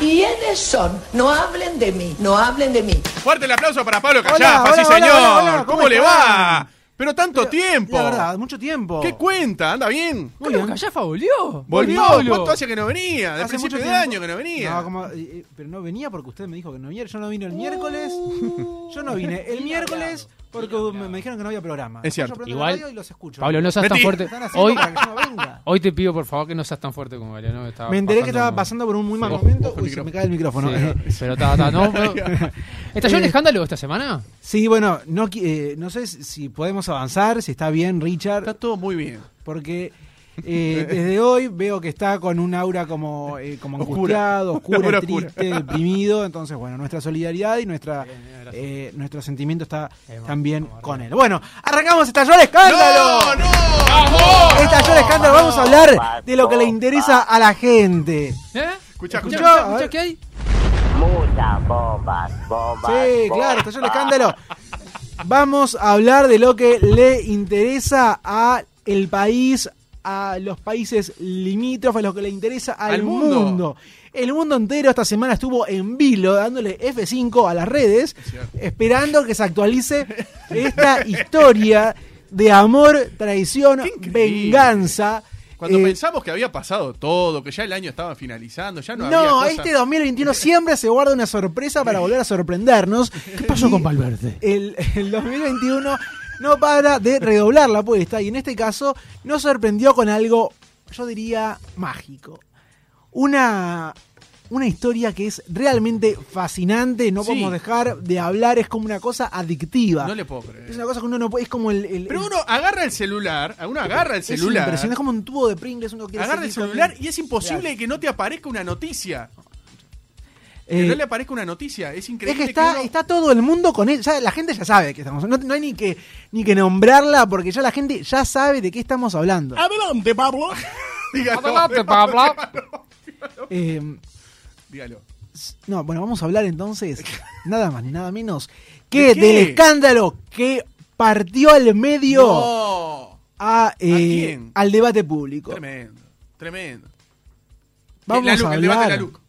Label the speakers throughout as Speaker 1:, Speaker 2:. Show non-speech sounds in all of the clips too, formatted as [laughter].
Speaker 1: ¿Quiénes son? No hablen de mí, no hablen de mí.
Speaker 2: Fuerte el aplauso para Pablo Callafa, sí señor.
Speaker 3: hola, hola,
Speaker 2: ¿Cómo,
Speaker 3: ¿cómo
Speaker 2: le
Speaker 3: están?
Speaker 2: va? Pero tanto tiempo.
Speaker 3: La verdad, mucho tiempo.
Speaker 2: ¿Qué cuenta? ¿Anda bien?
Speaker 3: Muy bien.
Speaker 4: Callafa volvió.
Speaker 2: Volvió.
Speaker 4: Pablo.
Speaker 2: ¿Cuánto hace que no venía? De
Speaker 3: Hace mucho
Speaker 2: principio de
Speaker 3: tiempo.
Speaker 2: año que no venía.
Speaker 3: No, como- eh, eh, pero no venía porque usted me dijo que no viniera. Yo no vine el miércoles.
Speaker 2: Uh.
Speaker 3: Yo no vine el miércoles porque me, me dijeron que no había programa.
Speaker 2: Es cierto.
Speaker 3: Yo prendo la
Speaker 4: Igual,
Speaker 3: radio y los escucho.
Speaker 4: Pablo, no seas tan
Speaker 2: Metí.
Speaker 4: fuerte.
Speaker 3: Están haciendo
Speaker 4: Hoy,
Speaker 3: para que yo no venga.
Speaker 4: hoy te pido, por favor, que no seas tan fuerte como Mariano. [laughs] estaba
Speaker 3: Me enteré que estaba
Speaker 4: un-
Speaker 3: pasando por un muy mal
Speaker 4: Ojo,
Speaker 3: momento.
Speaker 2: ojo el
Speaker 3: Uy, se me
Speaker 2: micrófono.
Speaker 3: cae el micrófono.
Speaker 4: Sí, pero ta,
Speaker 3: [laughs]
Speaker 4: ta, no, no. ¿Estalló un
Speaker 3: Eh,
Speaker 4: escándalo esta semana?
Speaker 3: Sí, bueno, no, qui- eh, no sé si- si podemos avanzar, si está bien
Speaker 2: Está
Speaker 3: Richard,
Speaker 2: todo muy bien.
Speaker 3: porque eh, desde hoy veo que está con un aura como, eh, como
Speaker 2: Oscura.
Speaker 3: angustiado,
Speaker 2: [laughs] Una
Speaker 3: oscura,
Speaker 2: aura oscura.
Speaker 3: triste, deprimido. Entonces, bueno, nuestra solidaridad y nuestra, eh, nuestro sentimiento está también con él. Bueno, arrancamos Estalló el escándalo.
Speaker 2: ¡No, no!
Speaker 3: Estalló el escándalo, vamos a hablar de lo que le interesa a la gente.
Speaker 4: ¿Eh?
Speaker 2: Escuchá,
Speaker 4: ¿Escuchá,
Speaker 2: escuchá.
Speaker 4: escuchá, escuchá, ¿Qué hay?
Speaker 5: Muchas bombas, bombas.
Speaker 3: Sí,
Speaker 5: bombas.
Speaker 3: claro, estalló el escándalo. Vamos a hablar de lo que le interesa a el país, a los países limítrofes, lo que le interesa al,
Speaker 2: Al mundo.
Speaker 3: El mundo entero esta semana estuvo en vilo dándole F5 a las redes, esperando que se actualice esta historia de amor, traición,
Speaker 2: Qué increíble.
Speaker 3: venganza.
Speaker 2: Cuando
Speaker 3: Eh,
Speaker 2: pensamos que había pasado todo, que ya el año estaba finalizando, ya no,
Speaker 3: no,
Speaker 2: había cosa.
Speaker 3: este 2021 siempre se guarda una sorpresa para volver a sorprendernos. ¿Qué pasó con Valverde? El, el 2021 no para de redoblar la apuesta y en este caso nos sorprendió con algo, yo diría, mágico. Una, una historia que es realmente fascinante, no
Speaker 2: Sí.
Speaker 3: podemos dejar de hablar, es como una cosa adictiva.
Speaker 2: No le puedo creer.
Speaker 3: Es una cosa que uno no puede, es como el... el-
Speaker 2: Pero
Speaker 3: el-
Speaker 2: uno agarra el celular, uno agarra el
Speaker 3: es
Speaker 2: celular.
Speaker 3: impresionante, es como un tubo de Pringles, uno quiere
Speaker 2: agarra el
Speaker 3: seguir con-
Speaker 2: celular y es imposible que no te aparezca una noticia. Que
Speaker 3: Eh,
Speaker 2: no le aparezca una noticia. Es
Speaker 3: Es
Speaker 2: increíble.
Speaker 3: que está,
Speaker 2: uno-
Speaker 3: está todo el mundo con él. Ya la gente ya sabe de qué estamos. No, no hay ni que, ni que nombrarla porque ya la gente ya sabe de qué estamos hablando.
Speaker 2: Ah.
Speaker 6: Adelante,
Speaker 2: [laughs]
Speaker 6: Pablo.
Speaker 2: Dígalo,
Speaker 4: Adelante,
Speaker 2: dígalo,
Speaker 4: Pablo.
Speaker 3: Eh,
Speaker 2: dígalo.
Speaker 3: s- no, bueno, vamos a hablar entonces nada más ni nada menos que
Speaker 2: ¿De qué?
Speaker 3: del escándalo que partió al medio
Speaker 2: No.
Speaker 3: a, eh,
Speaker 2: quién?
Speaker 3: al debate público.
Speaker 2: Tremendo. Tremendo.
Speaker 3: Vamos
Speaker 2: la Luc,
Speaker 3: a
Speaker 2: el debate de la
Speaker 3: hablar.
Speaker 2: Luc.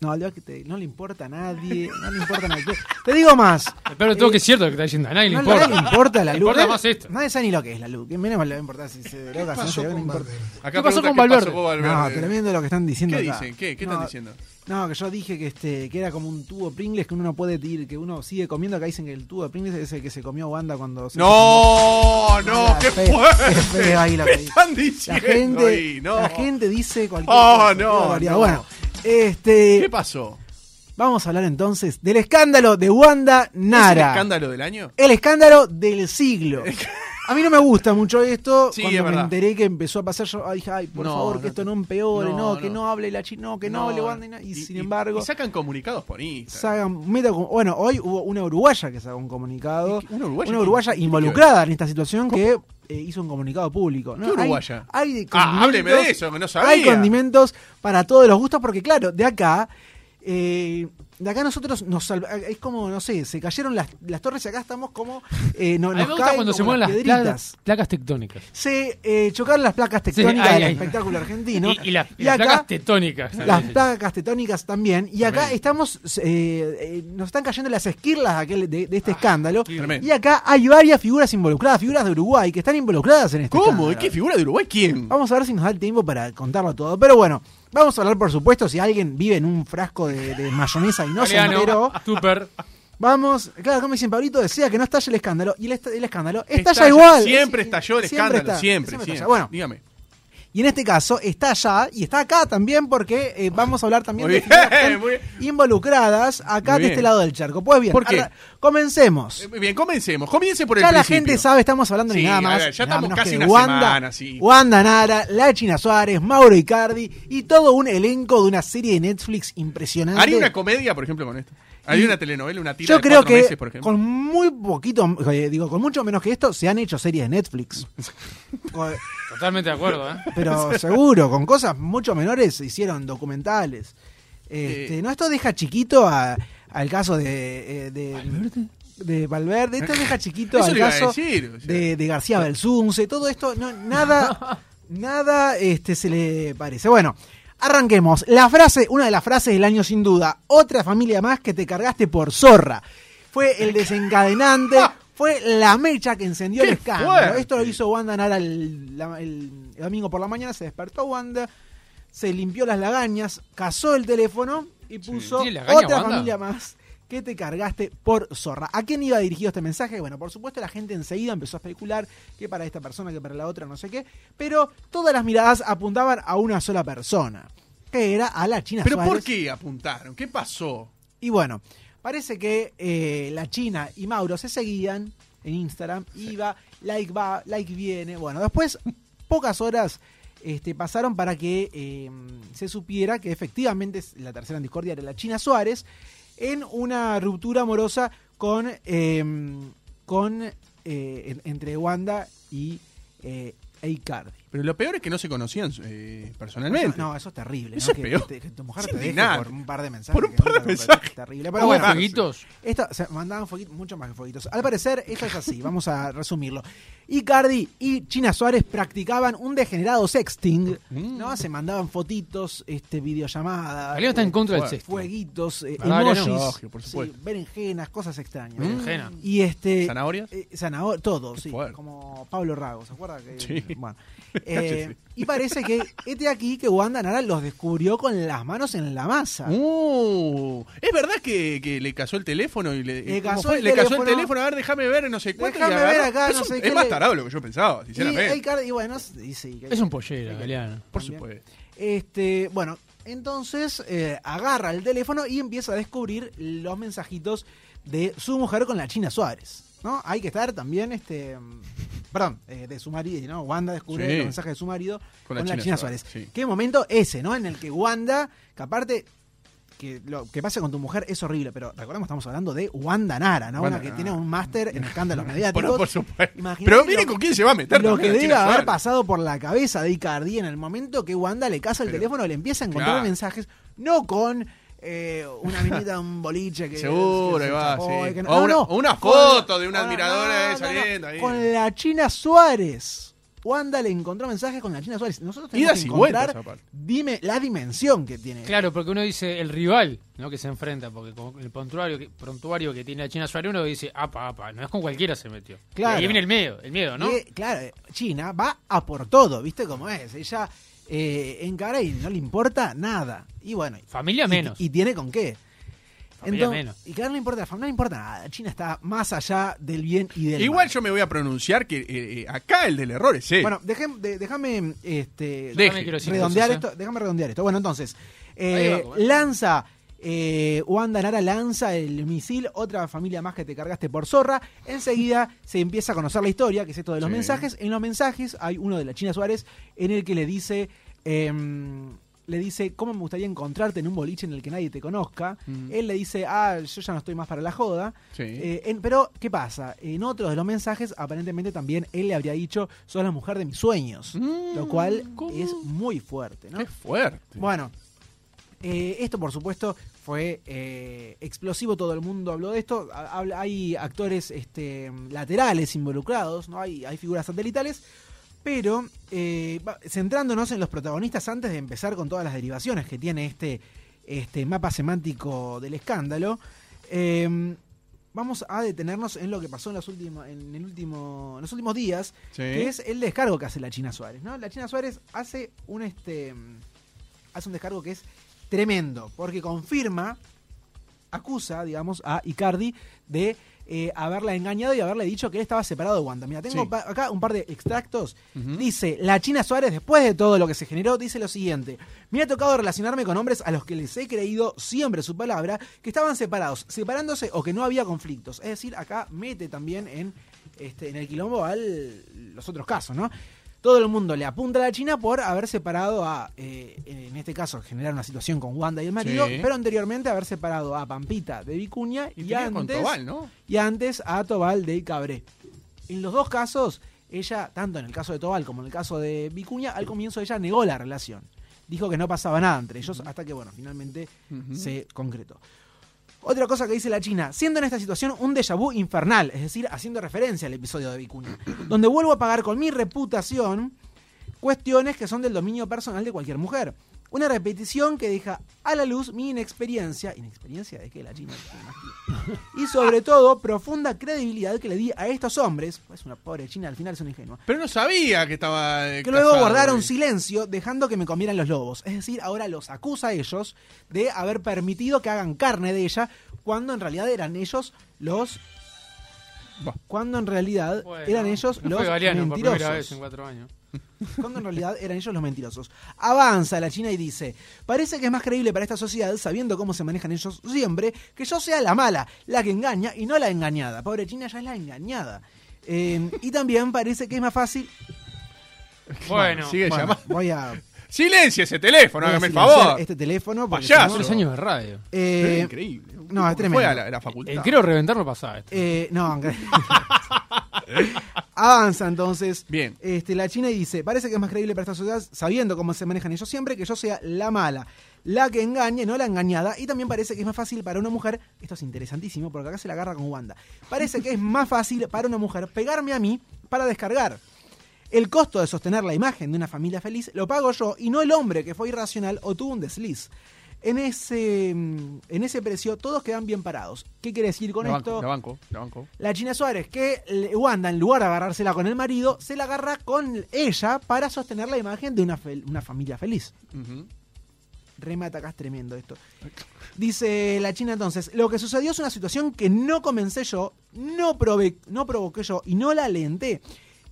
Speaker 3: No, al debate te- no le importa a nadie, no le importa a nadie. Te digo más.
Speaker 4: Pero todo que es cierto lo que está diciendo. A nadie le
Speaker 3: No,
Speaker 4: importa.
Speaker 3: nadie le importa la
Speaker 4: Le
Speaker 3: luz.
Speaker 4: importa más esto.
Speaker 3: Nadie sabe ni lo que es la luz. que Menos le va a importar si se droga, si no se droga, no importa.
Speaker 2: Acá
Speaker 4: ¿Qué pasó
Speaker 2: pregunta
Speaker 4: con
Speaker 2: qué
Speaker 4: Valverde?
Speaker 2: con
Speaker 3: No,
Speaker 2: Valverde.
Speaker 3: tremendo lo que están diciendo.
Speaker 2: ¿Qué
Speaker 3: acá.
Speaker 2: dicen? ¿Qué, qué están
Speaker 3: No,
Speaker 2: diciendo?
Speaker 3: No, que yo dije que este que era como un tubo Pringles que uno no puede tirar, que uno sigue comiendo. Acá dicen que el tubo de Pringles es el que se comió Wanda cuando se
Speaker 2: No,
Speaker 3: Ah,
Speaker 2: no, qué
Speaker 3: feo,
Speaker 2: fuerte.
Speaker 3: qué feo ahí lo
Speaker 2: [laughs] ¿Qué
Speaker 3: que dice.
Speaker 2: están
Speaker 3: La
Speaker 2: diciendo
Speaker 3: gente,
Speaker 2: ahí? No.
Speaker 3: la gente dice cualquier
Speaker 2: Oh,
Speaker 3: cosa, qué
Speaker 2: no,
Speaker 3: barbaridad.
Speaker 2: no.
Speaker 3: Bueno, este,
Speaker 2: ¿Qué pasó?
Speaker 3: vamos a hablar entonces del escándalo de Wanda
Speaker 2: ¿Es el
Speaker 3: Nara.
Speaker 2: escándalo del año?
Speaker 3: El escándalo del siglo. A mí no me gusta mucho esto.
Speaker 2: Sí,
Speaker 3: Cuando
Speaker 2: es
Speaker 3: me
Speaker 2: verdad.
Speaker 3: enteré que empezó a pasar, yo dije, ay, por
Speaker 2: No,
Speaker 3: favor,
Speaker 2: no
Speaker 3: que esto
Speaker 2: te-
Speaker 3: no empeore, no,
Speaker 2: no,
Speaker 3: que
Speaker 2: no.
Speaker 3: no hable la china, no, que no, hable Wanda. Y, na- y sin embargo,
Speaker 2: y sacan comunicados por Instagram.
Speaker 3: sacan meta- Bueno, hoy hubo una uruguaya que sacó un comunicado.
Speaker 2: ¿Y qué- una uruguaya?
Speaker 3: Una uruguaya
Speaker 2: ¿Qué- qué
Speaker 3: involucrada en esta situación que eh, hizo un comunicado público. ¿no?
Speaker 2: ¿Qué
Speaker 3: Hay-
Speaker 2: uruguaya?
Speaker 3: Hay, de
Speaker 2: Ah, hábleme de
Speaker 3: condimentos-
Speaker 2: eso, que no
Speaker 3: Hay
Speaker 2: sabía.
Speaker 3: condimentos para todos los gustos, porque claro, de acá. eh, de acá nosotros nos salva- es como, no sé, se cayeron las, las torres y acá estamos como. eh, no-
Speaker 4: [laughs] A mí me
Speaker 3: nos
Speaker 4: gusta
Speaker 3: caen
Speaker 4: cuando se
Speaker 3: como
Speaker 4: mueven las
Speaker 3: piedritas.
Speaker 4: placas, placas tectónicas.
Speaker 3: Se eh, chocaron las placas tectónicas
Speaker 4: ahí,
Speaker 3: del
Speaker 4: ahí.
Speaker 3: espectáculo argentino.
Speaker 4: Y, y las- y
Speaker 3: Y
Speaker 4: las
Speaker 3: acá-
Speaker 4: placas tectónicas.
Speaker 3: las placas tectónicas también. Y acá
Speaker 2: Tremendo.
Speaker 3: estamos, eh, eh, nos están cayendo las esquirlas de, aquel- de- de este escándalo.
Speaker 2: Ah, tremendo.
Speaker 3: Y acá hay varias figuras involucradas, figuras de Uruguay, que están involucradas en este
Speaker 2: ¿Cómo? ¿Y
Speaker 3: escándalo.
Speaker 2: qué figura de Uruguay? ¿Quién?
Speaker 3: Vamos a ver si nos da el tiempo para contarlo todo. Pero bueno, vamos a hablar, por supuesto, si alguien vive en un frasco de, de mayonesa y no se enteró.
Speaker 4: Mariano, Super.
Speaker 3: Vamos, claro, como dicen Pablito, decía que no estalla el escándalo. Y el, est- el escándalo estalla
Speaker 2: Estalla-
Speaker 3: igual.
Speaker 2: Siempre
Speaker 3: Es-
Speaker 2: estalló el
Speaker 3: siempre
Speaker 2: escándalo,
Speaker 3: está-
Speaker 2: siempre, siempre.
Speaker 3: estalla. Bueno,
Speaker 2: Dígame.
Speaker 3: Y en este caso está allá y está acá también porque eh, vamos a hablar también
Speaker 2: Muy
Speaker 3: de
Speaker 2: bien,
Speaker 3: figuras que están
Speaker 2: muy bien.
Speaker 3: involucradas acá
Speaker 2: Muy
Speaker 3: de
Speaker 2: bien.
Speaker 3: este lado del charco. Pues bien,
Speaker 2: ¿Por qué?
Speaker 3: arra- comencemos.
Speaker 2: Eh, Bien, comencemos. Comience por el
Speaker 3: Ya la
Speaker 2: principio.
Speaker 3: gente sabe, estamos hablando de
Speaker 2: Sí,
Speaker 3: nada
Speaker 2: a
Speaker 3: más.
Speaker 2: ver, ya
Speaker 3: nada
Speaker 2: estamos
Speaker 3: menos
Speaker 2: casi
Speaker 3: que
Speaker 2: una
Speaker 3: Wanda,
Speaker 2: semana, sí.
Speaker 3: Wanda Nara, La China Suárez, Mauro Icardi y todo un elenco de una serie de Netflix impresionante.
Speaker 2: ¿Haría una comedia, por ejemplo, con esto? ¿Haría
Speaker 3: Y-
Speaker 2: una telenovela, una tira
Speaker 3: Yo
Speaker 2: de
Speaker 3: creo
Speaker 2: cuatro
Speaker 3: que
Speaker 2: meses, por ejemplo?
Speaker 3: con muy poquito, eh, digo, con mucho menos que esto, se han hecho series de
Speaker 2: [laughs]
Speaker 3: Netflix. Co-
Speaker 4: Totalmente de acuerdo, ¿eh?
Speaker 3: Pero seguro, con cosas mucho menores se hicieron documentales. Este, No, esto deja chiquito a- al caso de, eh, de de Valverde. Esto deja chiquito
Speaker 2: Eh, Eso
Speaker 3: al
Speaker 2: le iba a
Speaker 3: caso
Speaker 2: decir, o sea.
Speaker 3: de, de García Belsunce. Todo esto, no,
Speaker 2: [laughs]
Speaker 3: nada, nada este, se le parece. Bueno, arranquemos. La frase, una de las frases del año sin duda. Otra familia más que te cargaste por zorra. Fue el
Speaker 2: [laughs]
Speaker 3: desencadenante. Fue la mecha que encendió el
Speaker 2: ¡Qué
Speaker 3: escándalo.
Speaker 2: fuerte!
Speaker 3: Esto lo hizo Wanda Nara el, la- el domingo por la mañana. Se despertó Wanda, se limpió las lagañas, cazó el teléfono y puso
Speaker 4: ¿Tiene lagaña,
Speaker 3: otra
Speaker 4: Wanda?
Speaker 3: familia más que te cargaste por zorra. ¿A quién iba dirigido este mensaje? Bueno, por supuesto la gente enseguida empezó a especular que para esta persona, que para la otra, no sé qué, pero todas las miradas apuntaban a una sola persona, que era a la China
Speaker 2: ¿Pero
Speaker 3: Suárez.
Speaker 2: por qué apuntaron? ¿Qué pasó?
Speaker 3: Y bueno, parece que eh, la China y Mauro se seguían en Instagram, iba, like va, like viene. Bueno, después pocas horas este, pasaron para que eh, se supiera que efectivamente la tercera en discordia era la China Suárez en una ruptura amorosa con, eh, con eh, en- entre Wanda y eh, e Icardi.
Speaker 2: Pero lo peor es que no se conocían eh, personalmente.
Speaker 3: No, eso es terrible.
Speaker 2: Eso
Speaker 3: ¿no?
Speaker 2: es
Speaker 3: Que-
Speaker 2: peor.
Speaker 3: Que, que tu mujer
Speaker 2: Es
Speaker 3: te deje
Speaker 2: indignante.
Speaker 3: por un par de mensajes.
Speaker 2: Por un
Speaker 3: que
Speaker 2: par de
Speaker 3: nunca compartiste,
Speaker 2: mensajes.
Speaker 3: es Terrible. Pero
Speaker 2: Hubo
Speaker 3: bueno,
Speaker 4: fueguitos?
Speaker 3: esto, se mandaban fueguitos, mucho más que fueguitos. Al parecer, esto es así, vamos a resumirlo. Icardi y China Suárez practicaban un degenerado sexting,
Speaker 4: Mm.
Speaker 3: ¿no? Se mandaban fotitos, este, videollamadas.
Speaker 4: Galego está en contra del
Speaker 3: eh,
Speaker 4: sexting.
Speaker 3: Fueguitos, eh,
Speaker 4: Ah, Galeno.
Speaker 3: emojis,
Speaker 2: Obvio, por
Speaker 3: sí,
Speaker 2: supuesto.
Speaker 3: berenjenas, cosas extrañas.
Speaker 4: Mm. Berenjena.
Speaker 3: Y este.
Speaker 2: ¿Zanahorias?
Speaker 3: eh, zanahor- todo,
Speaker 2: Qué
Speaker 3: sí.
Speaker 2: fuerte.
Speaker 3: Como Pablo Rago, ¿se acuerda? Que,
Speaker 2: Sí.
Speaker 4: [laughs]
Speaker 3: Bueno. Eh,
Speaker 2: Cállese.
Speaker 3: y parece que este aquí que Wanda Nara los descubrió con las manos en la masa.
Speaker 2: Uh, es verdad que, que le casó el teléfono y le,
Speaker 3: Le
Speaker 2: ¿cómo
Speaker 3: casó
Speaker 2: fue?
Speaker 3: el
Speaker 2: Le casó el
Speaker 3: teléfono.
Speaker 2: teléfono, a ver, déjame ver, no sé cuánto. y
Speaker 3: Déjame
Speaker 2: agarró.
Speaker 3: ver acá,
Speaker 2: es
Speaker 3: no
Speaker 2: un-
Speaker 3: sé
Speaker 2: es
Speaker 3: qué
Speaker 2: más
Speaker 3: le-
Speaker 2: tarado lo que yo
Speaker 3: Y,
Speaker 2: pensaba,
Speaker 3: hay
Speaker 2: sinceramente.
Speaker 3: car- y bueno, y sí, que-
Speaker 4: Es un pollera, Galeano.
Speaker 2: Por
Speaker 3: también.
Speaker 2: supuesto.
Speaker 3: Este, bueno, entonces eh, agarra el teléfono y empieza a descubrir los mensajitos de su mujer con la China Suárez. ¿No? Hay que estar también, este. mm, Perdón, eh, de su marido, ¿no? Wanda descubre
Speaker 2: Sí.
Speaker 3: los mensajes de su marido con, la China, Suárez.
Speaker 2: sí.
Speaker 3: Qué momento ese, ¿no? En el que Wanda, que aparte. Que lo que pasa con tu mujer es horrible, pero recordemos que estamos hablando de Wanda Nara, ¿no?
Speaker 2: Wanda
Speaker 3: Una que
Speaker 2: Nara.
Speaker 3: tiene un máster en escándalos mediáticos.
Speaker 2: Bueno, [laughs] por supuesto.
Speaker 3: Imagínate
Speaker 2: Pero miren
Speaker 3: lo-
Speaker 2: con quién se va a meter.
Speaker 3: lo
Speaker 2: también
Speaker 3: que
Speaker 2: la
Speaker 3: debe
Speaker 2: China
Speaker 3: haber
Speaker 2: Suárez.
Speaker 3: pasado por la cabeza de Icardi en el momento que Wanda le casa el
Speaker 2: Pero-
Speaker 3: teléfono, le empieza a encontrar
Speaker 2: Claro.
Speaker 3: mensajes, no con eh, una minita, un boliche
Speaker 2: [laughs]
Speaker 3: que.
Speaker 2: Seguro,
Speaker 3: que se
Speaker 2: ahí va,
Speaker 3: chapó
Speaker 2: sí.
Speaker 3: y que
Speaker 2: O una- o una foto de una
Speaker 3: con-
Speaker 2: admiradora saliendo ahí.
Speaker 3: Con la China Suárez. Wanda le encontró mensajes con la China Suárez. Nosotros tenemos
Speaker 2: Idas
Speaker 3: que
Speaker 2: y vueltas,
Speaker 3: encontrar
Speaker 2: aparte.
Speaker 3: dime, la dimensión que tiene.
Speaker 4: Claro, porque uno dice el rival, ¿no? Que se enfrenta, porque con el prontuario que, prontuario que tiene la China Suárez, uno dice, apa, apa, no es con cualquiera se metió.
Speaker 3: Claro.
Speaker 4: Y ahí viene el miedo, el miedo, ¿no?
Speaker 3: Eh, claro, eh, China va a por todo, ¿viste cómo es? Ella eh, encara y no le importa nada. Y bueno,
Speaker 4: Familia
Speaker 3: y-
Speaker 4: menos.
Speaker 3: Y, tiene con qué.
Speaker 4: Familia
Speaker 3: Entonces-
Speaker 4: menos.
Speaker 3: Y claro, no le importa la familia, no le importa nada. China está más allá del bien y del
Speaker 2: Igual
Speaker 3: mal.
Speaker 2: yo me voy a pronunciar que eh, eh, acá el del error es él.
Speaker 3: Bueno, dejem- de- déjame este,
Speaker 2: Deje.
Speaker 4: Déjame, quiero decir
Speaker 3: redondear
Speaker 4: cosas, ¿eh?
Speaker 3: esto. Déjame redondear esto. Bueno, entonces, eh,
Speaker 4: Ahí va, pues, bueno.
Speaker 3: lanza. eh, Wanda Nara lanza el misil, otra familia más que te cargaste por zorra. Enseguida se empieza a conocer la historia, que es esto de los
Speaker 2: Sí.
Speaker 3: mensajes. En los mensajes hay uno de la China Suárez en el que le dice. em, le dice, ¿cómo me gustaría encontrarte en un boliche en el que nadie te conozca?
Speaker 2: Mm.
Speaker 3: Él le dice, ah, yo ya no estoy más para la joda.
Speaker 2: Sí.
Speaker 3: Eh, en- pero, ¿qué pasa? En otro de los mensajes, aparentemente también él le habría dicho, sos la mujer de mis sueños. lo cual
Speaker 2: Mm, ¿cómo?
Speaker 3: es muy fuerte, ¿no?
Speaker 2: Qué fuerte.
Speaker 3: Bueno, eh, esto por supuesto fue eh, explosivo, todo el mundo habló de esto. Ha- habla- hay actores este, laterales involucrados, ¿no? Hay, hay figuras satelitales. Pero eh, va- centrándonos en los protagonistas antes de empezar con todas las derivaciones que tiene este, este mapa semántico del escándalo, eh, vamos a detenernos en lo que pasó en, las últimas- en, el último, en los últimos días,
Speaker 2: Sí.
Speaker 3: que es el descargo que hace la China Suárez. ¿no? La China Suárez hace un, mm, este, hace un descargo que es tremendo, porque confirma acusa, digamos, a Icardi de eh, haberla engañado y haberle dicho que él estaba separado de Wanda. Mira, tengo
Speaker 2: Sí.
Speaker 3: pa- acá un par de extractos. Dice, la China Suárez, después de todo lo que se generó, dice lo siguiente. Me ha tocado relacionarme con hombres a los que les he creído siempre su palabra, que estaban separados, separándose o que no había conflictos. Es decir, acá mete también en, este, en el quilombo a los otros casos, ¿no? Todo el mundo le apunta a la China por haber separado a, eh, en este caso, generar una situación con Wanda y el marido,
Speaker 2: Sí.
Speaker 3: pero anteriormente haber separado a Pampita de Vicuña y,
Speaker 2: Y tenía
Speaker 3: antes,
Speaker 2: con Tobal, ¿no?
Speaker 3: y antes a Tobal de Cabré. En los dos casos, ella, tanto en el caso de Tobal como en el caso de Vicuña, al comienzo ella negó la relación. Dijo que no pasaba nada entre ellos hasta que, bueno, finalmente se concretó. Otra cosa que dice la China, siendo en esta situación un déjà vu infernal, es decir, haciendo referencia al episodio de Vicuña, donde vuelvo a pagar con mi reputación cuestiones que son del dominio personal de cualquier mujer. Una repetición que deja a la luz mi inexperiencia, inexperiencia de que la China y sobre todo profunda credibilidad que le di a estos hombres, pues una pobre China al final es una ingenua,
Speaker 2: Pero no sabía que estaba. eh,
Speaker 3: que luego
Speaker 2: casado,
Speaker 3: guardaron
Speaker 2: güey.
Speaker 3: silencio dejando que me comieran los lobos. Es decir, ahora los acusa a ellos de haber permitido que hagan carne de ella cuando en realidad eran ellos los...
Speaker 2: Bah.
Speaker 3: Cuando en realidad
Speaker 4: Bueno,
Speaker 3: eran ellos
Speaker 4: no
Speaker 3: los
Speaker 4: fue Galeano por
Speaker 3: mentirosos.
Speaker 4: primera vez en
Speaker 3: [laughs]
Speaker 4: cuatro años.
Speaker 3: cuando en realidad eran ellos los mentirosos. Avanza la China y dice, parece que es más creíble para esta sociedad, sabiendo cómo se manejan ellos siempre, que yo sea la mala, la que engaña y no la engañada. Pobre China ya es la engañada. Eh, y también parece que es más fácil...
Speaker 2: [laughs]
Speaker 4: Bueno,
Speaker 2: Sigue
Speaker 3: Bueno,
Speaker 2: llamando.
Speaker 3: voy a...
Speaker 2: Silencie ese teléfono,
Speaker 3: voy a
Speaker 2: hágame el
Speaker 3: silenciar
Speaker 2: favor.
Speaker 3: Este teléfono. porque si
Speaker 2: Payaso.
Speaker 3: no-
Speaker 4: tres años de radio.
Speaker 3: Eh,
Speaker 2: Pero es increíble.
Speaker 3: no, es tremendo.
Speaker 2: Fue a la, a la facultad.
Speaker 4: El quiero reventar no pasaba esto.
Speaker 3: Eh, no, aunque- [laughs] Avanza entonces.
Speaker 2: Bien.
Speaker 3: Este, la China y dice, parece que es más creíble para esta sociedad, sabiendo cómo se manejan ellos siempre, que yo sea la mala, la que engañe, no la engañada. Y también parece que es más fácil para una mujer, esto es interesantísimo, porque acá se la agarra con Wanda, parece que es más fácil para una mujer pegarme a mí para descargar. El costo de sostener la imagen de una familia feliz lo pago yo y no el hombre que fue irracional o tuvo un desliz. En ese, mm, en ese precio todos quedan bien parados. ¿Qué quiere decir con
Speaker 2: la
Speaker 3: esto?
Speaker 2: Banco, la banco, la banco.
Speaker 3: La China Suárez, que le- Wanda, en lugar de agarrársela con el marido, se la agarra con ella para sostener la imagen de una, fel- una familia feliz.
Speaker 2: Ujú.
Speaker 3: Remata acá, es tremendo esto. Dice la China entonces, lo que sucedió es una situación que no comencé yo, no, prove- no provoqué yo y no la alenté.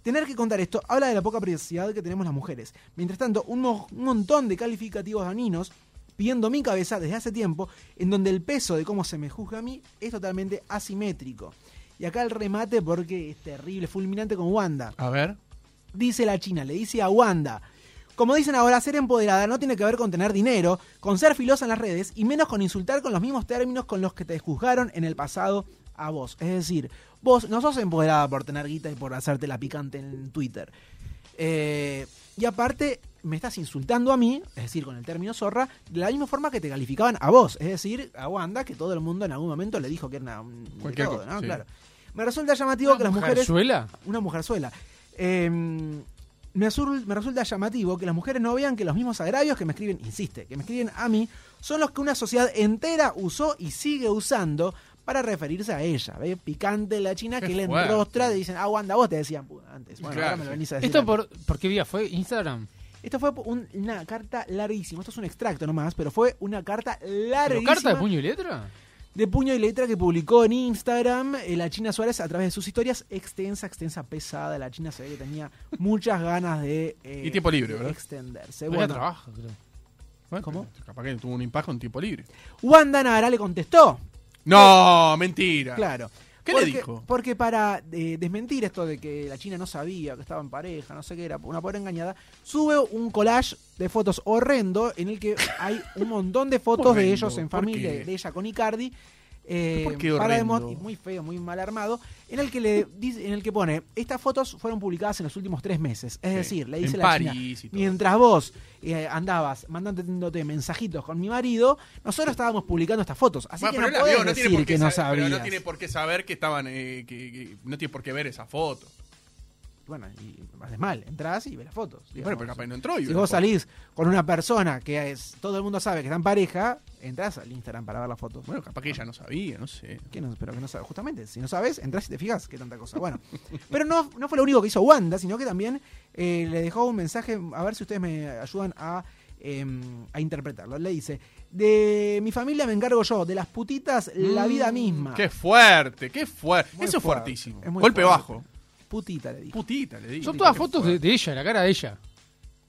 Speaker 3: Tener que contar esto habla de la poca privacidad que tenemos las mujeres. Mientras tanto, un, mo- un montón de calificativos daninos pidiendo mi cabeza desde hace tiempo, en donde el peso de cómo se me juzga a mí es totalmente asimétrico. Y acá el remate porque es terrible, fulminante con Wanda
Speaker 2: A ver.
Speaker 3: dice la China, le dice a Wanda. Como dicen ahora, ser empoderada no tiene que ver con tener dinero, con ser filosa en las redes y menos con insultar con los mismos términos con los que te juzgaron en el pasado a vos. Es decir, vos no sos empoderada por tener guita y por hacerte la picante en Twitter. Eh, y aparte, me estás insultando a mí, es decir, con el término zorra, de la misma forma que te calificaban a vos, es decir, a Wanda, que todo el mundo en algún momento le dijo que era una- un- de
Speaker 2: Cualquier
Speaker 3: todo,
Speaker 2: cosa,
Speaker 3: ¿no?
Speaker 2: sí.
Speaker 3: Claro. Me resulta llamativo que las mujeres
Speaker 4: ¿Suela?
Speaker 3: una mujerzuela. Eh, me, azul- me resulta llamativo que las mujeres no vean que los mismos agravios que me escriben, insiste, que me escriben a mí, son los que una sociedad entera usó y sigue usando para referirse a ella. ¿Ve? Picante la China
Speaker 2: Qué
Speaker 3: que le
Speaker 2: fuerte.
Speaker 3: enrostra, le dicen, ah, Wanda, vos te decían puta, antes. Bueno,
Speaker 2: Claro,
Speaker 3: ahora me lo
Speaker 2: sí.
Speaker 3: venís a decir. a
Speaker 4: ¿Esto
Speaker 3: mí.
Speaker 4: por, por qué vía fue? ¿Instagram?
Speaker 3: Esto fue un- una carta larguísima. Esto es un extracto nomás, pero fue una carta
Speaker 4: ¿Pero
Speaker 3: larguísima
Speaker 4: carta de puño y letra?
Speaker 3: de puño y letra que publicó en Instagram eh, la China Suárez a través de sus historias. Extensa, extensa, pesada. La China se ve que tenía muchas ganas de. eh,
Speaker 2: Y tiempo libre,
Speaker 3: de
Speaker 2: ¿verdad?
Speaker 3: Extenderse.
Speaker 4: Era
Speaker 3: Bueno,
Speaker 4: trabajo, creo.
Speaker 2: Bueno,
Speaker 3: ¿Cómo?
Speaker 2: Capaz que tuvo un impacto en tiempo libre.
Speaker 3: Wanda Nara le contestó.
Speaker 2: No, mentira.
Speaker 3: Claro.
Speaker 2: ¿Qué le
Speaker 3: porque,
Speaker 2: dijo?
Speaker 3: Porque para eh, desmentir esto de que la China no sabía que estaba en pareja, no sé qué era, una pobre engañada, sube un collage de fotos horrendo en el que hay un montón de fotos de
Speaker 2: Horrendo,
Speaker 3: ellos en
Speaker 2: ¿por
Speaker 3: familia,
Speaker 2: qué?
Speaker 3: de ella con Icardi. eh,
Speaker 2: ¿Por qué
Speaker 3: para
Speaker 2: horrendo?
Speaker 3: demo- y muy feo, muy mal armado, en el que le dice, en el que pone, estas fotos fueron publicadas en los últimos tres meses. Es
Speaker 2: Sí,
Speaker 3: decir, le
Speaker 2: en
Speaker 3: dice la
Speaker 2: París
Speaker 3: China,
Speaker 2: y todo.
Speaker 3: mientras vos eh, andabas mandándote mensajitos con mi marido, nosotros estábamos publicando estas fotos. Así que
Speaker 2: Bueno, pero
Speaker 3: no
Speaker 2: él la vio,
Speaker 3: podés
Speaker 2: no tiene
Speaker 3: decir
Speaker 2: por qué
Speaker 3: que no
Speaker 2: saber- pero no
Speaker 3: sabías.
Speaker 2: tiene por qué saber que estaban. eh, que, que- no tiene por qué ver esa foto.
Speaker 3: bueno, y haces mal, entras y ves las fotos.
Speaker 2: Y
Speaker 3: digamos.
Speaker 2: bueno, pero capaz no entró. y
Speaker 3: si
Speaker 2: vio la
Speaker 3: vos
Speaker 2: foto.
Speaker 3: salís con una persona que es, todo el mundo sabe que está en pareja, entras al Instagram para ver las fotos.
Speaker 2: Bueno, capaz que ella no sabía, no sé.
Speaker 3: Que no- pero que no sabes, justamente, si no sabes, entras y te fijas qué tanta cosa.
Speaker 2: [laughs]
Speaker 3: Bueno, pero no, no fue lo único que hizo Wanda, sino que también eh, le dejó un mensaje, a ver si ustedes me ayudan a, em, a interpretarlo. Le dice, De mi familia me encargo yo, de las putitas, la vida misma.
Speaker 2: Mm, Qué fuerte, qué fuerte.
Speaker 3: Muy
Speaker 2: Eso es
Speaker 3: fuerte,
Speaker 2: fuertísimo.
Speaker 3: es muy
Speaker 2: Golpe
Speaker 3: fuerte.
Speaker 2: bajo.
Speaker 3: Putita le dije.
Speaker 2: Putita le dije.
Speaker 4: Son todas fotos de, de ella, la cara de ella.